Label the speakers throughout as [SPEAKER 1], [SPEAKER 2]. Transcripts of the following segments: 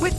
[SPEAKER 1] With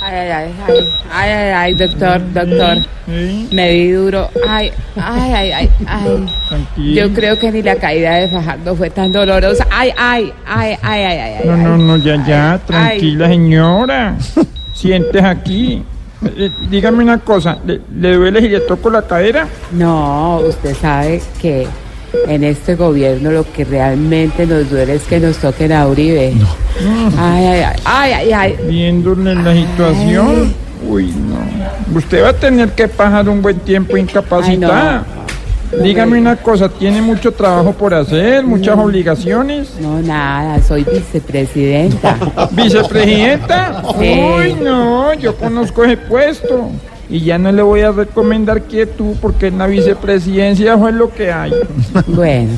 [SPEAKER 2] Ay, ay, ay, ay, ay, ay, ay, doctor, doctor. Me di duro. Ay, ay, ay, ay, ay. Yo creo que ni la caída de Fajardo fue tan dolorosa. Ay, ay, ay, ay, ay, ay. ay,
[SPEAKER 3] No, no, no, ya, ya, tranquila
[SPEAKER 2] ay.
[SPEAKER 3] señora. Sientes aquí. Eh, Dígame una cosa, ¿le, le duele si le toco la cadera?
[SPEAKER 2] No, usted sabe que en este gobierno lo que realmente nos duele es que nos toquen a Uribe. Ay, ay, ay, ay, ay, ay.
[SPEAKER 3] Viéndole la situación. Uy, no. Usted va a tener que pasar un buen tiempo incapacitada. Dígame una cosa, ¿tiene mucho trabajo por hacer? ¿Muchas obligaciones?
[SPEAKER 2] No, nada, soy vicepresidenta.
[SPEAKER 3] ¿Vicepresidenta?
[SPEAKER 2] Sí.
[SPEAKER 3] Uy, no, yo conozco ese puesto. Y ya no le voy a recomendar quietud porque en la vicepresidencia fue lo que hay.
[SPEAKER 2] Bueno.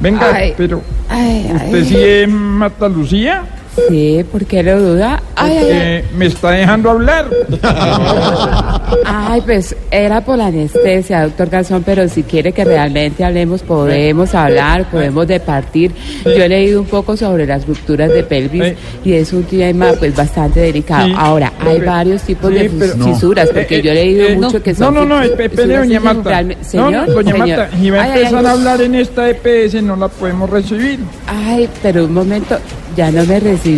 [SPEAKER 3] Venga,
[SPEAKER 2] Ay.
[SPEAKER 3] pero
[SPEAKER 2] Ay,
[SPEAKER 3] ¿usted sí es Marta Lucía?
[SPEAKER 2] Sí, ¿por qué lo duda? Ay, ay,
[SPEAKER 3] Eh, me está dejando hablar.
[SPEAKER 2] ay, Ay, pues era por la anestesia, doctor Garzón, pero si quiere que realmente hablemos, podemos hablar, podemos departir. Yo he leído un poco sobre las rupturas de pelvis
[SPEAKER 3] Eh.
[SPEAKER 2] y es un tema pues bastante delicado.
[SPEAKER 3] Sí.
[SPEAKER 2] Ahora, hay
[SPEAKER 3] Pe-
[SPEAKER 2] varios tipos de
[SPEAKER 3] sí, pero-
[SPEAKER 2] fis- fisuras, porque
[SPEAKER 3] Eh,
[SPEAKER 2] yo he leído
[SPEAKER 3] eh,
[SPEAKER 2] mucho
[SPEAKER 3] no,
[SPEAKER 2] que son
[SPEAKER 3] No, no, no,
[SPEAKER 2] fis-
[SPEAKER 3] espere,
[SPEAKER 2] fisuras
[SPEAKER 3] doña Marta.
[SPEAKER 2] cerebrales.
[SPEAKER 3] No,
[SPEAKER 2] Señor,
[SPEAKER 3] no, doña
[SPEAKER 2] señor.
[SPEAKER 3] Marta, si va a
[SPEAKER 2] Ay, ay,
[SPEAKER 3] empezar a
[SPEAKER 2] ay.
[SPEAKER 3] hablar en esta EPS no la podemos recibir.
[SPEAKER 2] Ay, pero un momento, ¿ya no me recibieron?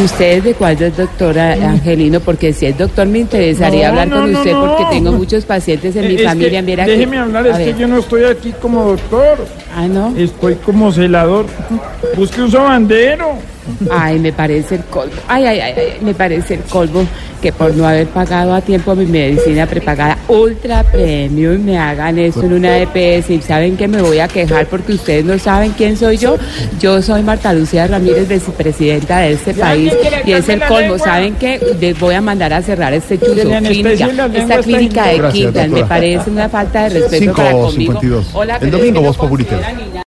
[SPEAKER 2] ¿Y usted de cuándo es doctora Angelino? Porque si es doctor me interesaría
[SPEAKER 3] Mm. No,
[SPEAKER 2] hablar
[SPEAKER 3] no,
[SPEAKER 2] con
[SPEAKER 3] no,
[SPEAKER 2] usted
[SPEAKER 3] no.
[SPEAKER 2] porque tengo muchos pacientes en
[SPEAKER 3] Eh,
[SPEAKER 2] mi
[SPEAKER 3] es que-
[SPEAKER 2] familia. mira que-
[SPEAKER 3] déjeme hablar,
[SPEAKER 2] a
[SPEAKER 3] es que
[SPEAKER 2] ver.
[SPEAKER 3] yo no estoy aquí como doctor.
[SPEAKER 2] Ah, no.
[SPEAKER 3] Estoy como celador. Busque un sobandero.
[SPEAKER 2] Ay, me parece el colmo. Ay, ay, ay, ay, me parece el colmo que por no haber pagado a tiempo mi medicina prepagada ultra premium me hagan esto en una EPS. ¿Y saben que me voy a quejar porque ustedes no saben quién soy yo? Yo soy Marta Lucía Ramírez, vicepresidenta de este país.
[SPEAKER 3] alguien que le
[SPEAKER 2] Y es
[SPEAKER 3] cambie
[SPEAKER 2] el
[SPEAKER 3] la
[SPEAKER 2] colmo.
[SPEAKER 3] lengua.
[SPEAKER 2] ¿Saben qué? Les voy a mandar a cerrar este chuzo.
[SPEAKER 3] le anestesie
[SPEAKER 2] Clínica.
[SPEAKER 3] la lengua
[SPEAKER 2] Esta
[SPEAKER 3] a esta
[SPEAKER 2] clínica de
[SPEAKER 3] señora.
[SPEAKER 4] Gracias,
[SPEAKER 2] Quintas me
[SPEAKER 4] doctora.
[SPEAKER 2] parece una falta de respeto para conmigo.
[SPEAKER 5] 5.52.
[SPEAKER 2] Hola,
[SPEAKER 5] El
[SPEAKER 2] pero es
[SPEAKER 5] domingo,
[SPEAKER 2] que no
[SPEAKER 5] Voz Populi
[SPEAKER 2] considera
[SPEAKER 5] TV.
[SPEAKER 2] ni